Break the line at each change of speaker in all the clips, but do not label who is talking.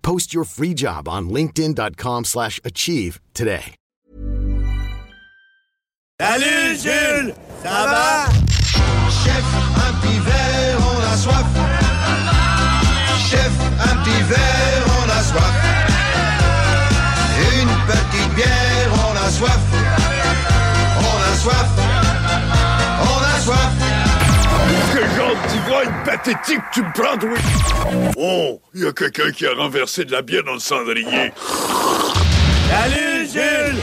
Post your free job on linkedin.com slash achieve today.
Salut Jules! Ça va?
Chef, un petit verre, on a soif. Chef, un petit verre, on a soif. Une petite bière, on a soif. On a soif. On a soif.
Quel genre d'ivrogne pathétique tu me prends, oui! Oh, il y a quelqu'un qui a renversé de la bière dans le cendrier. Salut Jules!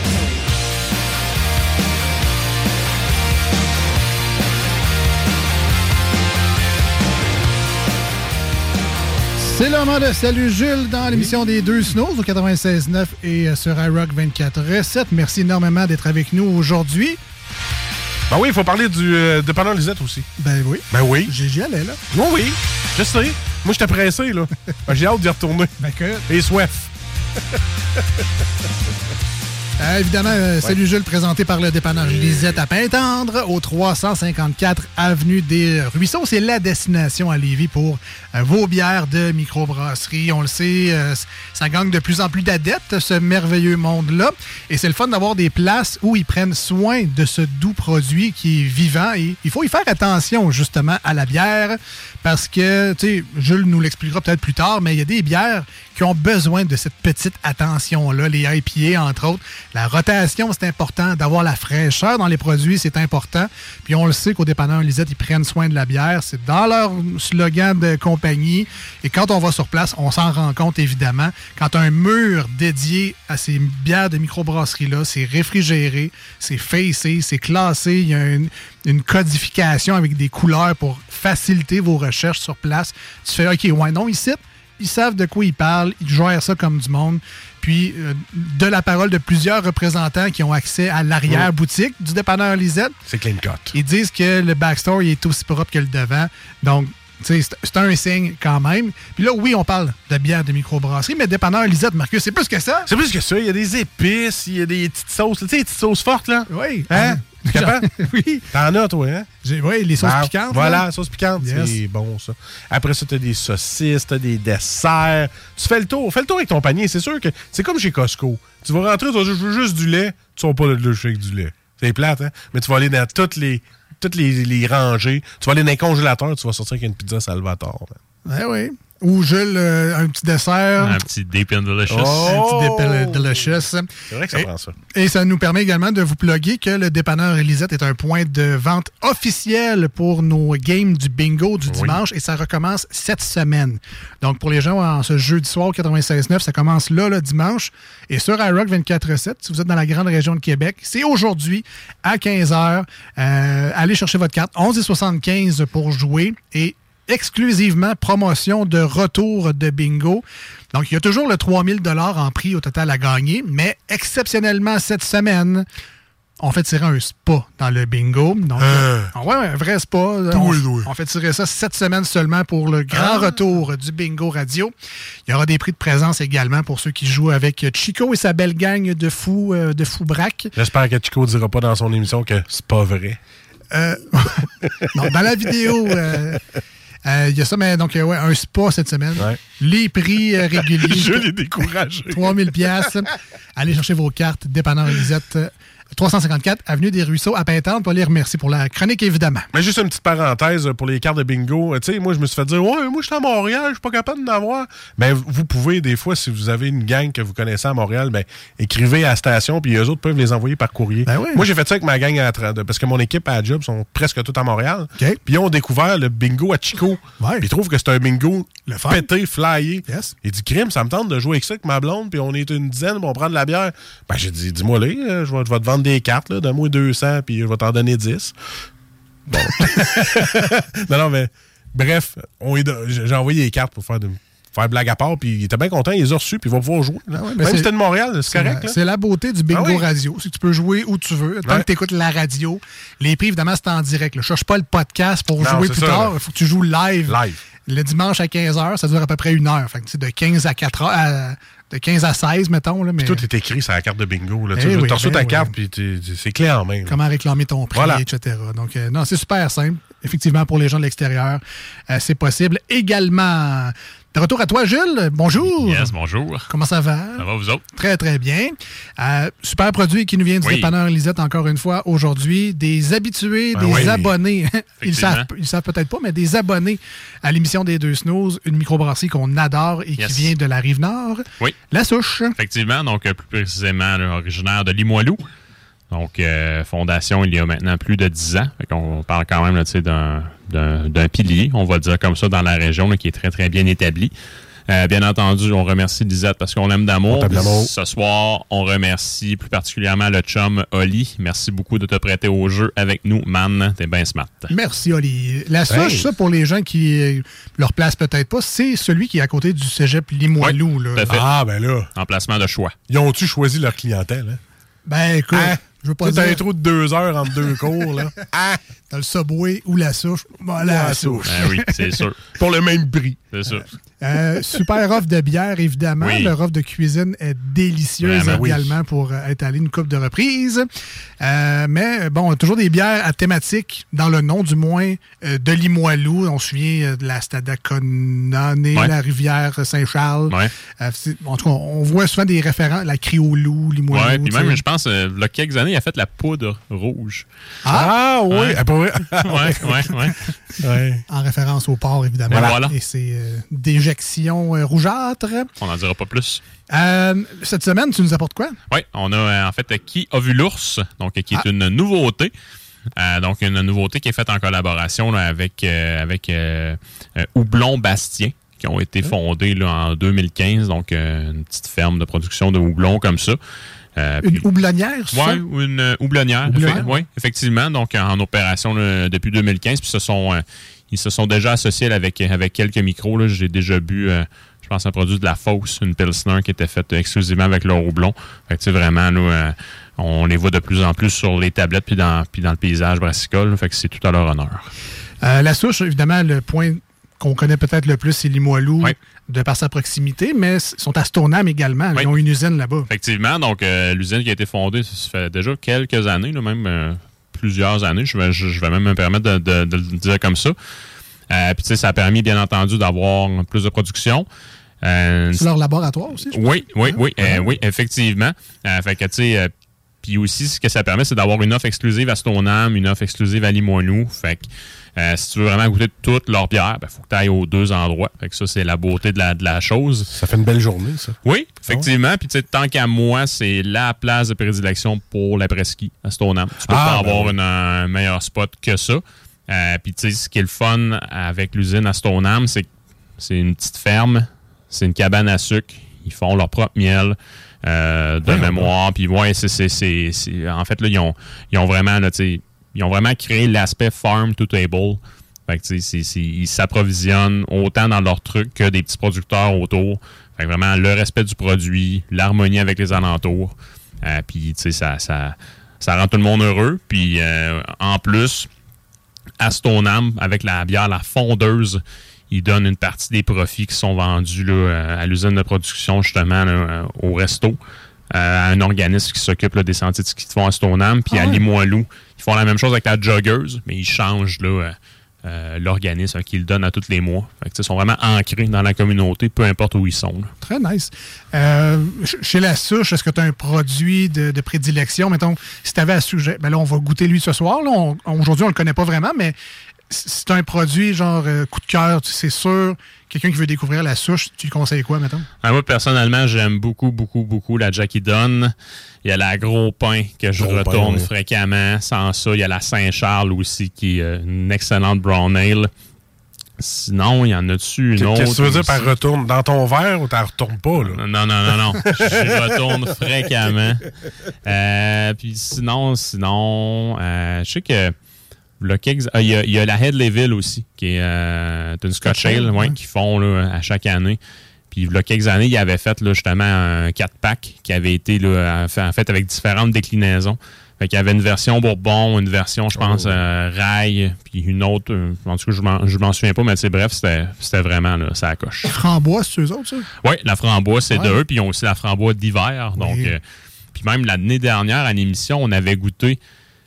C'est le moment de Salut Jules dans l'émission des deux Snows au 96.9 et euh, sur iRock 24.7. Merci énormément d'être avec nous aujourd'hui.
Ben oui, il faut parler du euh, dépanneur Lisette aussi.
Ben oui.
Ben oui.
J'ai- J'y allais, là.
Oui, oui. Je sais. Moi, j'étais pressé, là. Ben, J'ai hâte d'y retourner.
Ben que,
Et soif.
euh, évidemment, euh, Salut Jules présenté par le dépanneur Lisette à Pintendre au 354 Avenue des Ruisseaux. C'est la destination à Lévis pour euh, vos bières de microbrasserie. On le sait, euh, c- ça gagne de plus en plus d'adeptes, ce merveilleux monde-là. Et c'est le fun d'avoir des places où ils prennent soin de ce doux produit qui est vivant. Et il faut y faire attention, justement, à la bière parce que, tu sais, Jules nous l'expliquera peut-être plus tard, mais il y a des bières qui ont besoin de cette petite attention-là, les IPA, entre autres. La rotation, c'est important. D'avoir la fraîcheur dans les produits, c'est important. Puis on le sait qu'au dépanneur Lisette, ils prennent soin de la bière. C'est dans leur slogan de compagnie. Et quand on va sur place, on s'en rend compte, évidemment. Quand un mur dédié à ces bières de microbrasserie-là, c'est réfrigéré, c'est facé, c'est classé, il y a une, une codification avec des couleurs pour faciliter vos recherches sur place. Tu fais, OK, ouais, non, ici, ils savent de quoi ils parlent, ils gèrent ça comme du monde. Puis, euh, de la parole de plusieurs représentants qui ont accès à l'arrière-boutique du dépanneur Lisette,
C'est clean cut.
ils disent que le backstory est aussi propre que le devant. Donc, tu sais, c'est c'est un signe quand même. Puis là, oui, on parle de bière de microbrasserie, mais dépanneur Lisette, Marcus, c'est plus que ça.
C'est plus que ça. Il y a des épices, il y a des petites sauces. là. Tu sais, les petites sauces fortes, là.
Oui.
Hein? Tu
Genre-
capable?
oui.
T'en as, toi, hein?
J'ai- Oui, les sauces
Ah,
piquantes.
Voilà,
là.
sauce piquante.
Yes.
C'est bon, ça. Après ça, t'as des saucisses, t'as des desserts. Tu fais le tour. Fais le tour avec ton panier. C'est sûr que c'est comme chez Costco. Tu vas rentrer, tu vas dire, je veux juste du lait. Tu vas pas le lait avec du lait. C'est plate, hein? Mais tu vas aller dans toutes les, toutes les, les rangées. Tu vas aller dans les congélateurs. Tu vas sortir avec une pizza Salvatore. man.
Ouais, ouais. Ou Jules, euh, un petit dessert.
Un petit deep and delicious.
Oh!
Un petit delicious.
C'est vrai que ça prend ça.
Et ça nous permet également de vous plugger que le dépanneur Elisette est un point de vente officiel pour nos games du bingo du dimanche et ça recommence cette semaine. Donc pour les gens en ce jeudi soir au 96.9, ça commence là le dimanche. Et sur iRock 24.7, si vous êtes dans la grande région de Québec, c'est aujourd'hui à 15h. Euh, allez chercher votre carte 11 et 75 pour jouer et exclusivement promotion de retour de bingo. Donc, il y a toujours le 3000 dollars en prix au total à gagner, mais exceptionnellement cette semaine, on fait tirer un spa dans le bingo. Donc,
Euh.
euh, ouais, ouais, un vrai spa. là, on,
Oui, oui. Ah.
on fait tirer ça cette semaine seulement pour le grand retour du bingo radio. Il y aura des prix de présence également pour ceux qui jouent avec Chico et sa belle gang de fous euh, de fous braques.
J'espère que Chico dira pas dans son émission que c'est pas vrai.
Euh, non, dans la vidéo, euh, euh, il y a ça, mais donc, euh, ouais, un spa cette semaine.
Ouais.
Les prix euh, réguliers.
Je l'ai découragé.
3000 pièces. Allez chercher vos cartes, dépanneur Lisette. euh, 354 Avenue des Ruisseaux à Pintante. Pour les remercier pour la chronique, évidemment.
Mais juste une petite parenthèse pour les cartes de bingo. Euh, Tu sais, moi, je me suis fait dire, ouais, moi, je suis à Montréal, je suis pas capable d'en avoir. Mais vous pouvez, des fois, si vous avez une gang que vous connaissez à Montréal, ben, écrivez à la station, puis eux autres peuvent les envoyer par courrier.
Ben oui.
Moi, j'ai fait ça avec ma gang à la tra- de- parce que mon équipe à la job sont presque toutes à Montréal.
OK.
Puis ils ont découvert le bingo à Chico.
Ouais.
Puis ils trouvent que c'est un bingo
Le fun.
pété, flyé.
Yes.
Il dit, crime, ça me tente de jouer avec ça, avec ma blonde, puis on est une dizaine, puis on prend de la bière. Ben, j'ai dit, dis-moi, là, euh, je vais, je vais te vendre des cartes, là, donne-moi 200, puis je vais t'en donner 10. Bon. non, non, mais bref, on est de- j'ai j'ai envoyé les cartes pour faire, de, faire blague à part, puis il était bien content, il les a reçus, puis il va pouvoir jouer. là.
Ah ouais, mais
Même
c'est-
si c'était de Montréal, c'est correct.
C'est-
là.
Euh, C'est la beauté du bingo
Ah oui.
radio. C'est que tu peux jouer où tu veux, tant
Ouais.
que tu écoutes la radio. Les prix, évidemment, c'est en direct. là. Je cherche pas le podcast pour
Non,
jouer
c'est
plus
ça,
tard.
là.
Il faut que tu joues live.
Live.
Le dimanche à 15h, ça dure à peu près une heure. Fait que, tu sais, de 15 à 4 heures, à- de 15 à 16, mettons. Là, mais
Tout est écrit sur la carte de bingo. là. Tu
Eh
as
oui,
reçu
ben
ta
oui.
carte, puis t'es- t'es- c'est clair en main. là.
comment réclamer ton prix,
Voilà.
etc. Donc, euh, non, c'est super simple. Effectivement, pour les gens de l'extérieur, euh, c'est possible également. De retour à toi, Jules. Bonjour.
Yes, bonjour.
Comment ça va?
Ça va, vous autres?
Très, très bien. Euh, super produit qui nous vient du
Oui.
dépanneur Lisette, encore une fois, aujourd'hui. Des habitués,
Ben
des
oui.
abonnés. Ils le savent,
Effectivement.
ils le savent peut-être pas, mais des abonnés à l'émission des Deux Snooze, une microbrasserie qu'on adore et
Yes.
qui vient de la Rive-Nord.
Oui.
La Souche.
Effectivement, donc euh, plus précisément, là, originaire de Limoilou. Donc, euh, fondation il y a maintenant plus de 10 ans. on parle quand même là, tu sais, d'un- d'un d'un pilier, on va le dire comme ça, dans la région, là, qui est très, très bien établi. Euh, bien entendu, on remercie Lisette parce qu'on l'aime
On
d'amour.
t'aime d'amour.
Ce soir, on remercie plus particulièrement le chum Oli. Merci beaucoup de te prêter au jeu avec nous, man. T'es bien smart.
Merci, Oli. La Souche, ça, pour les gens qui euh, leur place peut-être pas, c'est celui qui est à côté du cégep Limoilou.
Oui,
là.
tout à fait.
Ah, ben là,
Emplacement de choix.
ils ont-tu choisi leur clientèle? Hein?
Ben, écoute,
Hein?
je veux
Tu
pas
sais, t'as
dire
un trou de deux heures entre deux cours, là. Ah,
dans le Subway ou la Souche. Bah, la,
la
Souche.
souche.
Ben oui, c'est sûr.
Pour le même prix.
C'est sûr.
Euh, super offre de bière, évidemment.
Oui.
Leur offre de cuisine est délicieuse
Vraiment, oui.
également pour euh, étaler une coupe de reprises. Euh, mais bon, toujours des bières à thématique, dans le nom du moins, euh, de Limoilou. On se souvient euh, de la Stadaconane,
Ouais.
la rivière Saint-Charles.
Ouais.
Euh, c'est- en tout cas, on voit souvent des référents, la Criolou, Limoilou.
Ouais, puis
tu sais.
même, je pense, euh, il y a quelques années, il a fait la poudre rouge.
Ah, oui.
Ouais.
Ah, pour vrai.
Ouais, ouais, ouais.
Ouais.
En référence au port, évidemment.
Et Ben voilà.
Et c'est euh, déjection euh, rougeâtre.
On n'en dira pas plus.
Euh, cette semaine, tu nous apportes quoi?
Oui, on a euh, en fait euh, Qui a vu l'ours, donc euh, qui est
Ah.
une nouveauté. Euh, donc, une nouveauté qui est faite en collaboration là, avec, euh, avec euh, euh, Houblon Bastien, qui ont
Ah.
été fondés là, en 2015. Donc, euh, une petite ferme de production de houblon comme ça. Euh,
Une
puis-
houblonnière, c'est ça?
Oui, ou une euh, houblonnière.
Houblonnière.
Effect- ouais, effectivement. Donc, en opération là, depuis 2015. Puis, ce sont, euh, ils se sont déjà associés là, avec, avec quelques micros. là. J'ai déjà bu, euh, je pense, un produit de la Fosse, une Pilsner qui était faite exclusivement avec leur houblon. Fait que, tu sais, vraiment, nous, euh, on les voit de plus en plus sur les tablettes puis dans, puis dans le paysage brassicole. là. Fait que c'est tout à leur honneur.
Euh, la souche, évidemment, le point qu'on connaît peut-être le plus, c'est Limoilou,
Oui.
de par sa proximité, mais s- ils sont à Stoneham également. Ils
Oui.
ont une usine là-bas.
Effectivement, donc euh, l'usine qui a été fondée, ça fait déjà quelques années, là, même euh, plusieurs années. Je vais, je, je vais même me permettre de, de- de le dire comme ça. Euh, Puis tu sais, ça a permis, bien entendu, d'avoir plus de production. Euh,
C'est leur laboratoire aussi. je
oui, oui, oui, euh, oui, effectivement. Euh, fait que, tu sais, euh, puis aussi, ce que ça permet, c'est d'avoir une offre exclusive à Stoneham, une offre exclusive à Limoilou. Fait que, euh, si tu veux vraiment goûter toutes leurs bières, il faut que tu ailles aux deux endroits. Fait que ça, c'est la beauté de la, de la chose.
Ça fait une belle journée, ça.
Oui, effectivement. Puis, tu sais, tant qu'à moi, c'est la place de prédilection pour l'après-ski à Stoneham. Tu peux
Ah,
pas
ben
avoir
oui.
une- un meilleur spot que ça. Euh, puis, tu sais, ce qui est le fun avec l'usine à Stoneham, c'est que c'est une petite ferme, c'est une cabane à sucre. Ils font leur propre miel euh, de mémoire. Puis, ouais, c'est, c'est, c'est, c'est- En fait, là, ils ont, ils ont vraiment, là, tu sais, ils ont vraiment créé l'aspect farm to table. Fait que, tu sais, c'est- c'est- ils s'approvisionnent autant dans leurs trucs que des petits producteurs autour. Fait que vraiment, le respect du produit, l'harmonie avec les alentours. Euh, puis, tu sais, ça, ça, ça rend tout le monde heureux. Puis, euh, en plus, à Stoneham, avec la bière, la fondeuse, ils donnent une partie des profits qui sont vendus là, euh, à l'usine de production, justement, là, euh, au resto, euh, à un organisme qui s'occupe là, des sentiers de ski de fond à Stoneham, puis à Limoilou. Ils font la même chose avec la joggeuse, mais ils changent là, euh, euh, l'organisme hein, qui le donne à tous les mois. Fait que, tu sais, ils sont vraiment ancrés dans la communauté, peu importe où ils sont. là.
Très nice. Euh, ch- chez la souche, est-ce que tu as un produit de, de prédilection? Mettons, si tu avais un sujet, ben là, on va goûter lui ce soir. là. On- on- Aujourd'hui, on le connaît pas vraiment, mais c- c'est un produit genre euh, coup de cœur, tu- c'est sûr. Quelqu'un qui veut découvrir la souche, tu lui conseilles quoi, mettons?
Ah, moi, personnellement, j'aime beaucoup, beaucoup, beaucoup la Jackie Dunn. Il y a la Gros Pain que je
Gros Pain,
retourne
oui.
fréquemment. Sans ça, il y a la Saint-Charles aussi qui est euh, une excellente brown ale. Sinon, il y en a-tu une autre?
Qu'est-ce que tu veux dire
aussi?
par retourne? Dans ton verre ou t'en retournes pas, là?
Non, non, non, non. Je retourne fréquemment. Euh, puis sinon, sinon, euh, je sais que le quelques- ah, il y, a- il y a la Headleyville aussi, qui est euh, une Scotch Ale, ouais, qui font là, à chaque année. Puis il y a quelques années, il avait fait là, justement un 4-pack qui avait été là, en fait- en fait avec différentes déclinaisons. Fait qu'il y avait une version Bourbon, une version, je pense, euh, Rail, puis une autre, euh, en tout cas, je m'en- je m'en souviens pas, mais c'est bref, c'était c'était vraiment là, ça coche.
Framboise, c'est eux autres, ça?
Oui, la framboise, c'est
Ouais.
de eux. Puis ils ont aussi la framboise d'hiver. Donc, euh, puis même l'année dernière, à l'émission, on avait goûté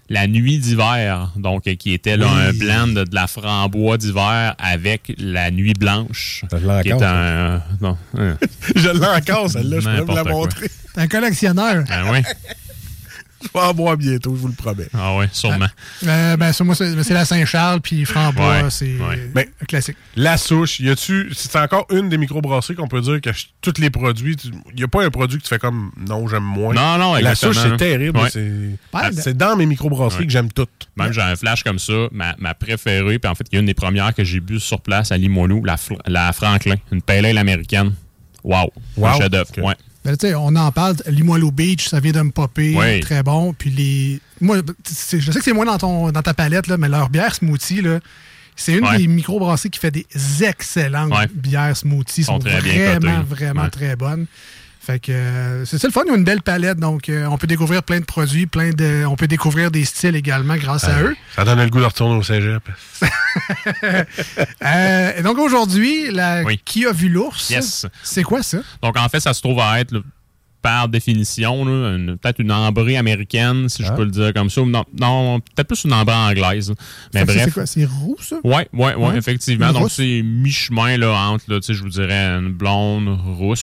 la nuit d'hiver. Donc, euh, qui était là, un blend de, de la framboise d'hiver avec la nuit blanche.
Ça l'encore,
Qui est
ça.
un. non, hein.
Je l'ai encore, celle-là. Je pourrais vous la
N'importe quoi.
montrer.
T'es un collectionneur.
Ben oui.
Je vais en boire bientôt, je vous le promets.
Ah oui, sûrement.
Euh, ben, ça, moi, c'est c'est la Saint-Charles, puis Framboise,
Ouais,
c'est
ouais.
euh,
Mais-
un classique.
La souche, y a-tu. C'est encore une des microbrasseries qu'on peut dire que je- tous les produits. tu- Y a pas un produit que tu fais comme non, j'aime moins.
Non, non,
La
exactement.
souche, c'est terrible.
Ouais.
c'est- ah,
Pas de-
C'est dans mes microbrasseries que j'aime toutes.
Même j'ai un flash comme ça, ma, ma préférée, puis en fait, il y a une des premières que j'ai bu sur place à Limoilou, la, Fl- la Franklin, une pale ale américaine. Wow!
Wow.
Un chef-d'œuvre,
Ok.
ouais.
Ben, tu sais, on en parle, Limoilou Beach, ça vient de me popper,
Oui.
très bon. Puis les. Moi, c'est- je sais que c'est moins dans, ton, dans ta palette, là, mais leur bière smoothie, là, c'est une
Ouais.
des microbrasseries qui fait des excellentes
Ouais.
bières smoothie. Ils
Sont
sont
très bien
vraiment,
cotées.
vraiment
Ouais.
très bonnes. Fait que euh, c'est ça le fun, ils ont une belle palette, donc euh, on peut découvrir plein de produits, plein de. On peut découvrir des styles également grâce
Euh,
à eux.
Ça donne le goût de retourner au cégep.
Euh, et donc aujourd'hui, la
Oui.
qui a vu l'ours,
Yes.
c'est quoi
Eh
ça?
Donc, en fait, ça se trouve à être, là, par définition, là, une- peut-être une ambrée américaine, si
Ah.
je peux le dire comme ça. ou Non, non peut-être plus une ambrée anglaise. Mais
Fait que ça, C'est
bref.
quoi? C'est roux, ça?
Oui, oui, oui,
Ouais.
effectivement.
Une
Donc,
rousse.
c'est mi-chemin là, entre, là, tu sais, je vous dirais, une blonde rousse.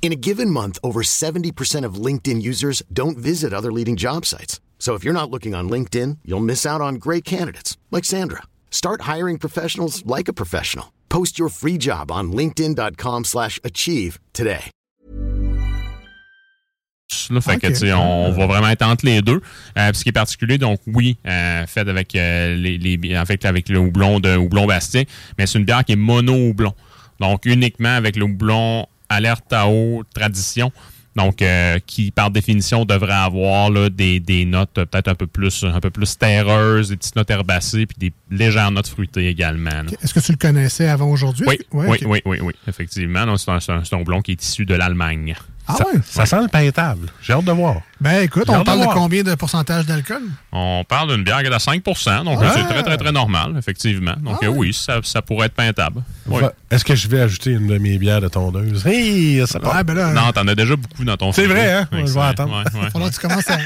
In a given month, over 70% of LinkedIn users don't visit other leading job sites. So if you're not looking on LinkedIn, you'll miss out on great candidates like Sandra. Start hiring professionals like a professional. Post your free job on linkedin.com/achieve slash achieve today.
là. fait que,
Ok.
tu sais, on va vraiment être entre les deux. Euh, puis ce qui est particulier, donc oui, euh, fait avec, euh, les, les- avec, avec le houblon de houblon Bastien, mais c'est une bière qui est mono-houblon. Donc uniquement avec le houblon alerte à eau tradition. Donc, euh, qui par définition devrait avoir là, des, des notes euh, peut-être un peu plus un peu plus terreuses, des petites notes herbacées, puis des légères notes fruitées également. là.
Est-ce que tu le connaissais avant aujourd'hui?
Oui,
Ouais,
oui,
ok.
oui, oui, oui, effectivement. Donc, C'est un, c'est un- c'est un houblon qui est issu de l'Allemagne.
Ah
ça,
ouais?
ça sent le paintable. J'ai hâte de voir.
Ben écoute,
J'ai
on
hâte de
parle de
voir.
combien de pourcentage d'alcool?
On parle d'une bière qui est à 5 donc
Ah!
c'est très, très, très normal, effectivement. Donc,
Ah
euh, oui, ça, ça pourrait être peintable. Oui.
Va- Est-ce que je vais ajouter une de mes bières de tondeuse? Hey, ça part.
Ah ben là,
Non, t'en as déjà beaucoup dans ton
C'est
frigo.
vrai, hein? Ouais, je vais
c'est-
attendre.
ouais, ouais.
il falloir que tu commences à.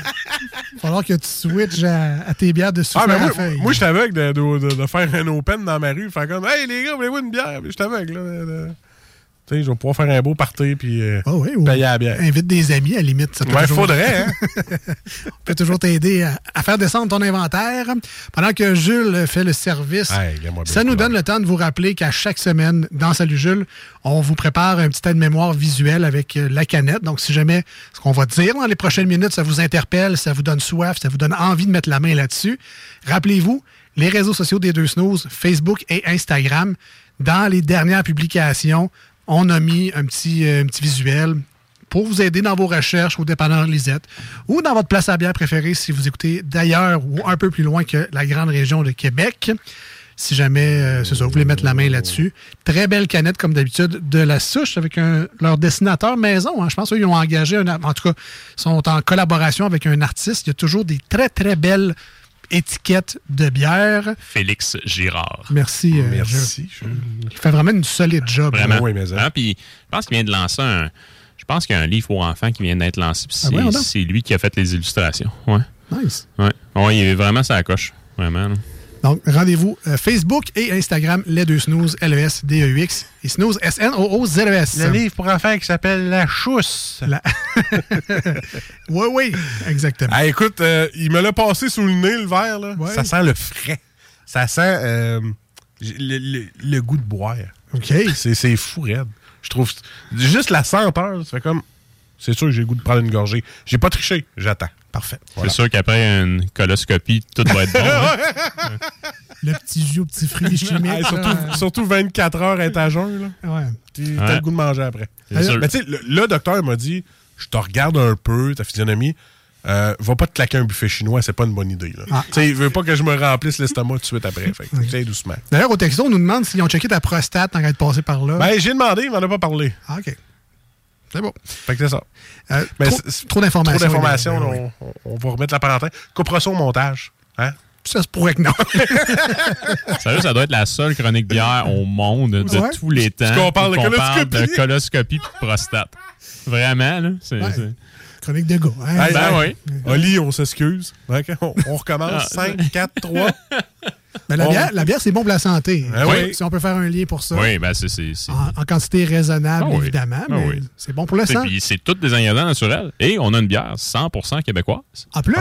falloir que tu switches à, à tes bières de souffle
Ah, mais
à
moi,
feuille.
moi je t'aveugle de, de- de- de faire un open dans ma rue, faire comme Hey les gars, voulez-vous une bière? Je t'aveugle. là, de- de- Tu sais, je vais pouvoir faire un beau party puis euh,
Ah oui, ou
payer à la bière.
invite des amis, à la limite. Ça peut
Ouais,
toujours-
faudrait, hein?
On peut toujours t'aider à, à faire descendre ton inventaire. Pendant que Jules fait le service,
Hey, regarde-moi bien
ça nous
ça.
donne le temps de vous rappeler qu'à chaque semaine, dans Salut Jules, on vous prépare un petit aide-mémoire visuel avec euh, la canette. Donc, si jamais ce qu'on va dire dans les prochaines minutes, ça vous interpelle, ça vous donne soif, ça vous donne envie de mettre la main là-dessus, rappelez-vous, les réseaux sociaux des deux snooze, Facebook et Instagram, dans les dernières publications, on a mis un petit, euh, un petit visuel pour vous aider dans vos recherches au dépanneur Lisette ou dans votre place à bière préférée si vous écoutez d'ailleurs ou un peu plus loin que la grande région de Québec. Si jamais euh, c'est ça, vous voulez mettre la main là-dessus. Très belle canette, comme d'habitude, de la souche avec un- leur dessinateur maison. hein. Je pense qu'ils ont engagé, un, ar- en tout cas, sont en collaboration avec un artiste. Il y a toujours des très, très belles étiquettes de bière.
Félix Girard.
Merci. euh,
Merci.
Jules. Il fait vraiment une solide job.
Vraiment.
Oui, mais ça.
Hein, puis je pense qu'il vient de lancer un. Je pense qu'il y a un livre pour enfants qui vient d'être lancé. puis
Ah, voyons
C'est
donc.
c'est lui qui a fait les illustrations. Ouais.
Nice.
Ouais. Ouais, il est vraiment sa coche. Vraiment. là.
Donc, rendez-vous euh, Facebook et Instagram, les deux snooze, E L-E-S-D-E-U-X et snooze, S-N-O-O-Z-E-S.
Le livre pour enfants qui s'appelle La Chousse.
Oui, oui, exactement.
Ah, écoute, euh, il me l'a passé sous le nez, le verre. Là.
Ouais.
Ça sent le frais. Ça sent euh, j- le, le- le goût de boire.
OK.
C'est c'est fou, raide. Je trouve. Juste la senteur, ça fait comme. C'est sûr que j'ai le goût de prendre une gorgée. J'ai pas triché. J'attends. Parfait. Voilà.
C'est sûr qu'après une coloscopie, tout va être bon. hein.
Le petit jus, petit fruit chimique.
Ah, surtout,
là.
surtout 24 heures à être à jeun, là.
Ouais.
Puis t'as
Ouais.
le goût de manger après.
C'est sûr.
Mais tu sais, le, le docteur m'a dit je te regarde un peu, ta physionomie. euh, va pas te claquer un buffet chinois, c'est pas une bonne idée. Là.
Ah.
Tu sais, il veut pas que je me remplisse l'estomac tout de suite après. Fait que, tu sais, doucement.
D'ailleurs, au texto, on nous demande s'ils ont checké ta prostate en train de passer par là.
Ben, j'ai demandé, il m'en a pas parlé.
Ah, OK. C'est bon.
Fait que c'est ça.
Euh,
Ben,
Mais
trop,
c'est-
trop d'informations.
Trop d'informations,
évidemment. Ben
là, on, on- on va remettre la parenthèse. Coupera ça au montage. Hein?
Ça se pourrait que non.
Sérieux, ça doit être la seule chronique bière au monde de
Ouais.
tous les temps.
Parce qu'on parle de
où qu'on parle de
coloscopie.
coloscopie puis de prostate. Vraiment, là. c'est-
Ouais.
c'est-
Chronique de gars. hein.
Hey,
Ben
hey, Oli, on s'excuse. Ok, On, on recommence.
Ah.
5, 4, 3.
Mais ben, la
on-
bière, la bière, c'est bon pour la santé.
Ah oui.
Si on peut faire un lien pour ça.
Ben
Ah,
Oui, ben c'est. c'est- c'est-
En, en quantité raisonnable,
Ah oui.
évidemment,
Ah
mais
oui.
c'est bon pour le
Et
sang.
puis c'est tout des ingrédients naturels. Et on a une bière 100% québécoise.
En plus?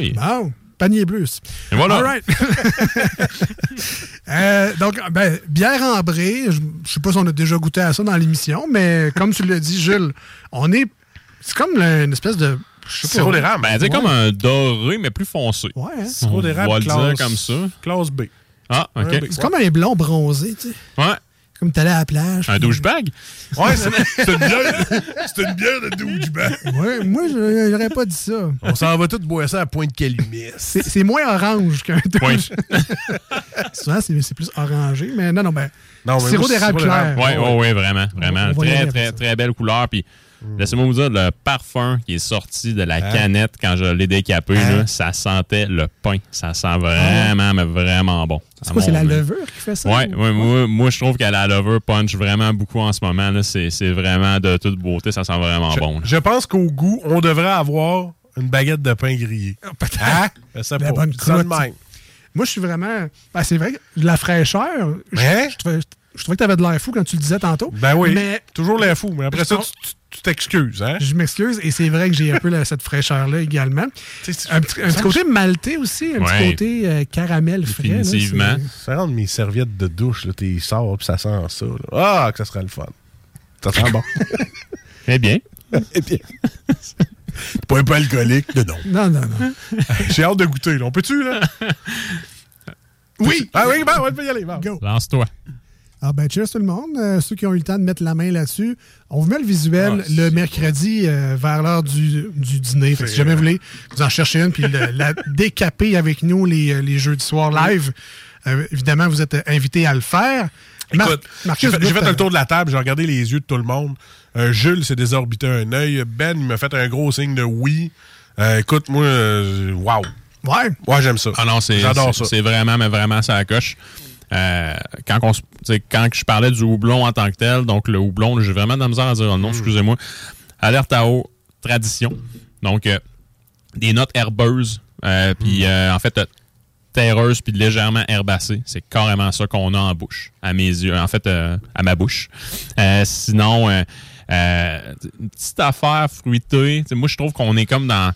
Oui.
Bon, panier plus.
Et voilà.
All right. Euh, donc, ben, bière ambrée, je ne sais pas si on a déjà goûté à ça dans l'émission, mais comme tu l'as dit, Jules, on est. C'est comme le- une espèce de. Je sais pas.
Sirop d'érable.
Ben, c'est comme un doré, mais plus foncé.
Ouais, hein? C'est
Sirop
On
d'érable,
va le dire
classe-
comme ça.
Classe B.
Ah, OK.
Ouais, ben,
comme un blond bronzé, tu sais.
Ouais.
Comme t'allais à la plage.
Un douchebag?
Ouais, c'est c'est une bière. C'est une bière de douchebag.
Ouais, moi, je- j'aurais pas dit ça.
On s'en va tous boire ça à pointe calumet.
C'est c'est moins orange qu'un douche.
Oui.
Souvent, c'est c'est plus orangé, mais non, non, ben.
Non, mais
sirop
moi,
d'érable
sirop d'érable.
clair.
Oui, oui, oui, vraiment.
On
Vraiment.
va y aller avec
Très,
ça. Hmm.
très, très belle couleur. Puis, laissez-moi vous dire, le parfum qui est sorti de
Ah.
la canette quand je l'ai décapé, là, ça sentait le pain. Ça sent vraiment, mais vraiment bon.
Ah. C'est quoi, c'est la levure qui fait ça?
Oui,
ou-
Ah ouais, moi, moi, je trouve qu'elle la levure punch vraiment beaucoup en ce moment. là. C'est c'est vraiment de toute beauté. Ça sent vraiment Ah, bon. là.
Je pense qu'au goût, on devrait avoir une baguette de pain grillé.
Ah, peut-être.
Hein? Je sais
La
pas.
bonne
Je dis ça de
croûte.
même.
Moi, je suis vraiment. Ben, c'est vrai, que de la fraîcheur. je-
Hein?
Je, trouvais, je trouvais que t'avais de l'air fou quand tu le disais tantôt.
Ben oui.
Mais
Toujours les fous. Mais après ça, tu- tu tu t'excuses. Hein?
je m'excuse et c'est vrai que j'ai un peu la- cette fraîcheur-là également.
Tu sais,
Un petit, un petit côté maltais aussi, un petit
Ouais.
côté euh, caramel frais. là,
Définitivement.
c'est-
Ça rentre mes serviettes de douche, là, t'es sors, puis ça sent ça. là. Ah, que ça sera le fun. Ça sent bon.
Eh bien.
Eh bien. T'es pas un peu alcoolique, non, non.
Non, non, non.
J'ai hâte de goûter, là. On peut-tu, là?
Oui!
Ah oui, ben, on peut y aller. bon.
Go.
Lance-toi.
Ah ben, cheers tout le monde. Euh, ceux qui ont eu le temps de mettre la main là-dessus, on vous met le visuel
Ah,
le
c'est
mercredi euh, vers l'heure du, du dîner. Fait que si jamais vous voulez, vous en cherchez une puis le- la décaper avec nous les, euh, les jeudis soirs live. Euh, évidemment, vous êtes invités à le faire. Mar-
Écoute, j'ai fait, j'ai fait
goûte,
un
euh,
tour de la table, j'ai regardé les yeux de tout le monde. Euh, Jules s'est désorbité un œil. Ben, il m'a fait un gros signe de oui. Euh, écoute, moi, euh, waouh.
Ouais.
Ouais, j'aime ça.
Ah non, c'est
J'adore ça.
c'est- c'est vraiment, mais vraiment, ça coche. Euh, quand, on, se- tu sais, quand je parlais du houblon en tant que tel, donc le houblon, j'ai vraiment de la misère à dire le
Hmm.
nom, excusez-moi. Alerte à eau,
Hmm.
tradition. Donc, euh, des notes herbeuses. euh, Puis, euh, en fait, euh, terreuse puis légèrement herbacée. C'est carrément ça qu'on a en bouche, à mes yeux. En fait, euh, à ma bouche. Euh, sinon, euh, euh, une petite affaire fruitée. Tu sais, moi, je trouve qu'on est comme dans...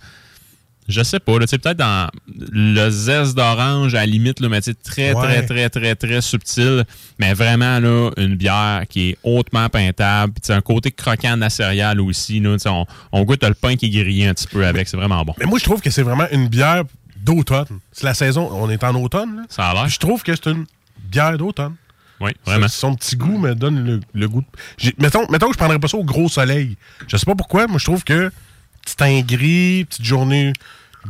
Je sais pas, là, tu sais, peut-être dans le zeste d'orange, à la limite, là, mais tu sais, très,
Ouais.
très, très, très, très subtil. Mais vraiment, là, une bière qui est hautement peintable. Puis, tu sais, un côté croquant de la céréale aussi. Là, Tu sais, on, on goûte le pain qui est grillé un petit peu avec. C'est vraiment bon.
Mais moi, je trouve que c'est vraiment une bière d'automne. C'est la saison, on est en automne. là.
Ça a l'air.
Puis Je trouve que c'est une bière d'automne.
Oui, vraiment.
Ça, Son petit goût me donne le, le goût. de- j'ai- Mettons, mettons que je prendrais pas ça au gros soleil. Je sais pas pourquoi, moi je trouve que petit teint gris, petite journée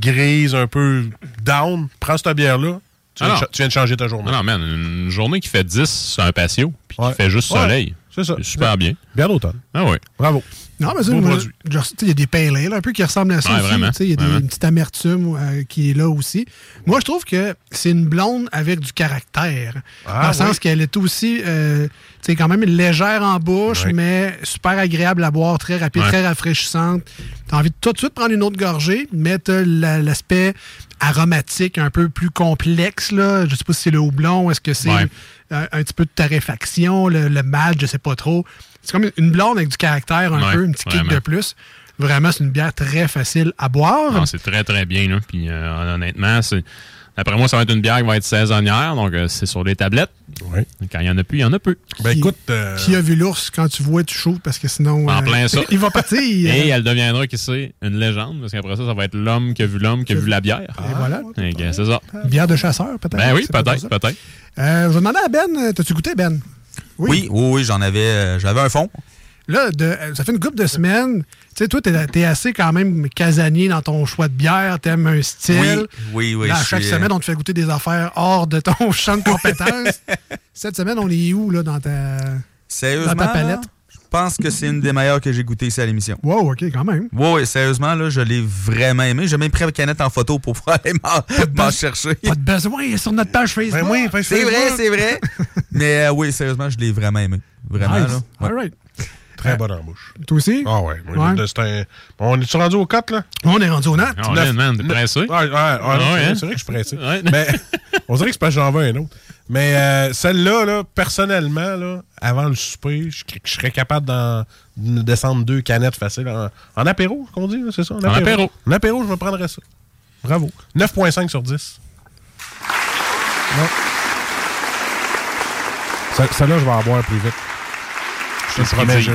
grise, un peu down, prends cette bière-là, tu, viens de
Ah non.
cha- tu viens de changer ta journée.
Non, non, man, une journée qui fait 10 sur un patio, puis
Ouais.
qui fait juste
Ouais,
soleil.
c'est ça.
super bien.
Bière d'automne.
Ah oui.
Bravo.
Non, mais ça,
Beau
moi,
produit.
genre, tu sais, il y a des pale ale un peu qui ressemblent à ça
Ouais,
aussi.
vraiment.
Tu sais, Il y a des,
Vraiment.
une petite amertume euh, qui est là aussi. Moi, je trouve que c'est une blonde avec du caractère.
Ah,
dans le sens
oui.
qu'elle est aussi, euh, tu sais, quand même légère en bouche,
Ouais.
mais super agréable à boire, très rapide,
Ouais.
très rafraîchissante. T'as envie de tout de suite prendre une autre gorgée, mais t'as la- l'aspect aromatique un peu plus complexe. Là. Je sais pas si c'est le houblon, est-ce que c'est
Ouais.
un, un petit peu de tarréfaction, le, le malt, je sais pas trop. C'est comme une blonde avec du caractère un
Ouais,
peu, un petit kick
vraiment.
de plus. Vraiment, c'est une bière très facile à boire.
Non, c'est très, très bien, là. Puis euh, honnêtement, c'est. Après moi, ça va être une bière qui va être saisonnière, donc euh, c'est sur les tablettes.
Ouais.
Quand il y en a plus, il y en a peu.
Ben
Qui-
écoute, euh,
Qui a vu l'ours quand tu vois, tu chauffes parce que sinon. euh,
En plein ça.
Il va partir.
Et
euh,
elle deviendra, qui sait, une légende, parce qu'après ça, ça va être l'homme qui a vu l'homme qui a vu la bière.
et voilà.
Ok, c'est ça.
Une bière de chasseur, peut-être.
euh, Ben oui,
c'est pas
peut-être,
ça.
peut-être.
Euh, je vais demander à Ben, euh, t'as-tu goûté, Ben?
Oui, oui, oui, j'en avais, euh, j'avais un fond.
Là, de- euh, ça fait une couple de semaines. Tu sais, toi, t'es t'es assez quand même casanier dans ton choix de bière. T'aimes un style.
Oui, oui, oui,
Là, à
je
chaque
suis,
semaine,
euh,
on te fait goûter des affaires hors de ton champ de compétences. Cette semaine, on est où, là, dans ta.
Sérieusement,
Dans ta palette?
là, je pense que c'est une des meilleures que j'ai goûtées ici à l'émission.
Wow, OK, quand même.
Oui, oui, sérieusement, là, je l'ai vraiment aimé. J'ai même pris la canette en photo pour pouvoir aller m'en m'en chercher.
Pas de besoin, il est sur notre page
ben
Facebook.
oui, ben,
Ah, C'est vrai, c'est vrai. Mais euh, oui, sérieusement, je l'ai vraiment aimé. Vraiment,
Nice.
hein.
là.
All right.
Très bonne embauche.
Toi aussi?
Ah ouais. moi,
Ouais.
le- c'est un- On est-tu rendu au 4, là?
On est rendu au nat.
On est, man, t'es
Neuf-
pressé.
Ouais, ouais, ouais, c'est,
hein?
c'est vrai que je suis pressé.
Ouais.
Mais on dirait que c'est parce que j'en veux un autre. Mais euh, celle-là, là, personnellement, là, avant le souper, je, je serais capable d'en de descendre deux canettes faciles en, en apéro, qu'on dit, là, c'est ça? En
apéro.
En apéro, je me prendrais ça. Bravo. 9,5 sur 10. Non. Ce- Celle-là, je vais en boire plus vite. Je te le
C'est ce qu'ils
promets,
disent.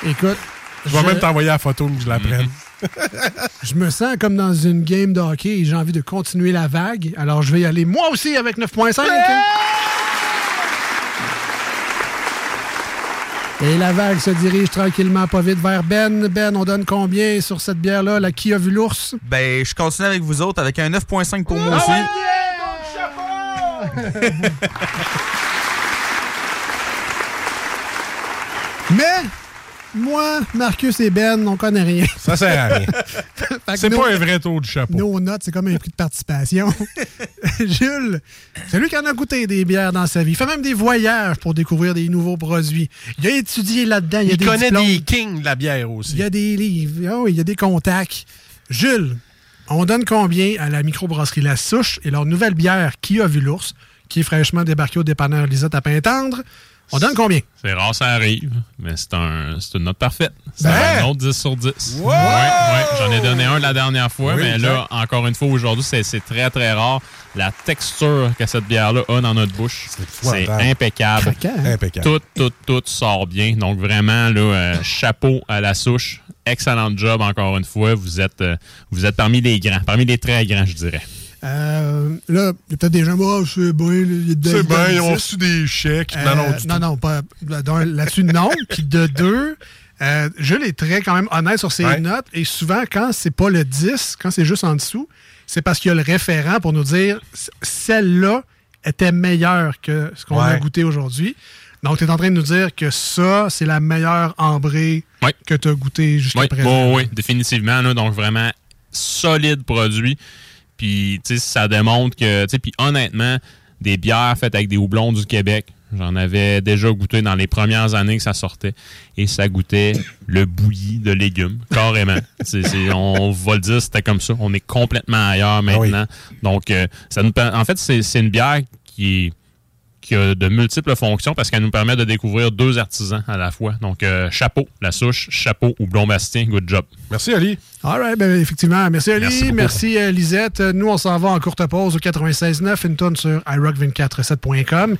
Jules.
Écoute,
Je vais même t'envoyer la photo que je
Mm-hmm.
la prenne.
je me sens comme dans une game de hockey et j'ai envie de continuer la vague. Alors, je vais y aller moi aussi avec 9.5. Et la vague se dirige tranquillement, pas vite, vers Ben. Ben, on donne combien sur cette bière-là? La qui a vu l'ours?
Ben, je continue avec vous autres avec un 9.5 pour moi aussi.
Mais, moi, Marcus et Ben, on connaît rien.
Ça sert à rien.
Fait que
C'est
nous-
pas un vrai tour du chapeau.
Nos notes, c'est comme un prix de participation. Jules, c'est lui qui en a goûté des bières dans sa vie. Il fait même des voyages pour découvrir des nouveaux produits. Il a étudié là-dedans. Il, a des diplômes.
kings de la bière aussi.
Il y a des livres. Ah oui, il y a des contacts. Jules, on donne combien à la microbrasserie La Souche et leur nouvelle bière Qui a vu l'ours, qui est fraîchement débarquée au dépanneur Lisette à Pintendre? On donne combien?
C'est rare, ça arrive, mais c'est un, c'est une note parfaite. C'est
Ben!
un autre 10 sur 10. Ouais, ouais. J'en ai donné un la dernière fois,
Oui,
mais
exact.
là, encore une fois, aujourd'hui, c'est, c'est très, très rare. La texture que cette bière-là a dans notre bouche, c'est
épouvantable.
impeccable.
Craquant, hein?
Impeccable.
Tout, tout, tout sort bien. Donc, vraiment, là, euh, chapeau à la souche. Excellent job, encore une fois. Vous êtes, euh, vous êtes parmi les grands, parmi les très grands, je dirais.
Euh, là, il y a peut-être des gens, oh, c'est bien. il y a de-
C'est bien,
de-
ils ont reçu des chèques.
Euh,
non, non, du
non,
tout.
non, pas d'un, là-dessus, non. Puis de deux, euh, Jules est très quand même honnête sur ses
Ouais.
notes. Et souvent, quand c'est pas le 10, quand c'est juste en dessous, c'est parce qu'il y a le référent pour nous dire c- celle-là était meilleure que ce qu'on a
Ouais.
goûté aujourd'hui. Donc, tu es en train de nous dire que ça, c'est la meilleure ambrée
Ouais.
que tu as goûté jusqu'à
Oui,
présent.
oui, oui, définitivement. Là, donc, vraiment solide produit. Puis, tu sais, ça démontre que, tu sais, puis honnêtement, des bières faites avec des houblons du Québec, J'en avais déjà goûté dans les premières années que ça sortait. Et ça goûtait le bouilli de légumes, carrément. C'est- c'est- on va le dire, c'était comme ça. On est complètement ailleurs maintenant. Donc, euh, ça nous, per- en fait, c'est c'est une bière qui est qui a de multiples fonctions parce qu'elle nous permet de découvrir deux artisans à la fois. Donc, euh, chapeau, la souche, chapeau ou blond bastien, good job.
Merci, Ali.
All right, ben, effectivement. Merci, Ali.
Merci
Merci,
beaucoup.
euh, Lisette. Nous, on s'en va en courte pause au 96.9, une tonne sur iRock247.com.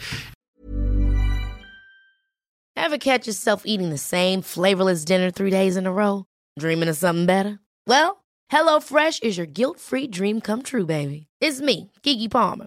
Ever catch yourself eating the same flavorless dinner three days in a row? Dreaming of something better? Well, HelloFresh is your guilt free dream come true, baby. It's me, Kiki Palmer.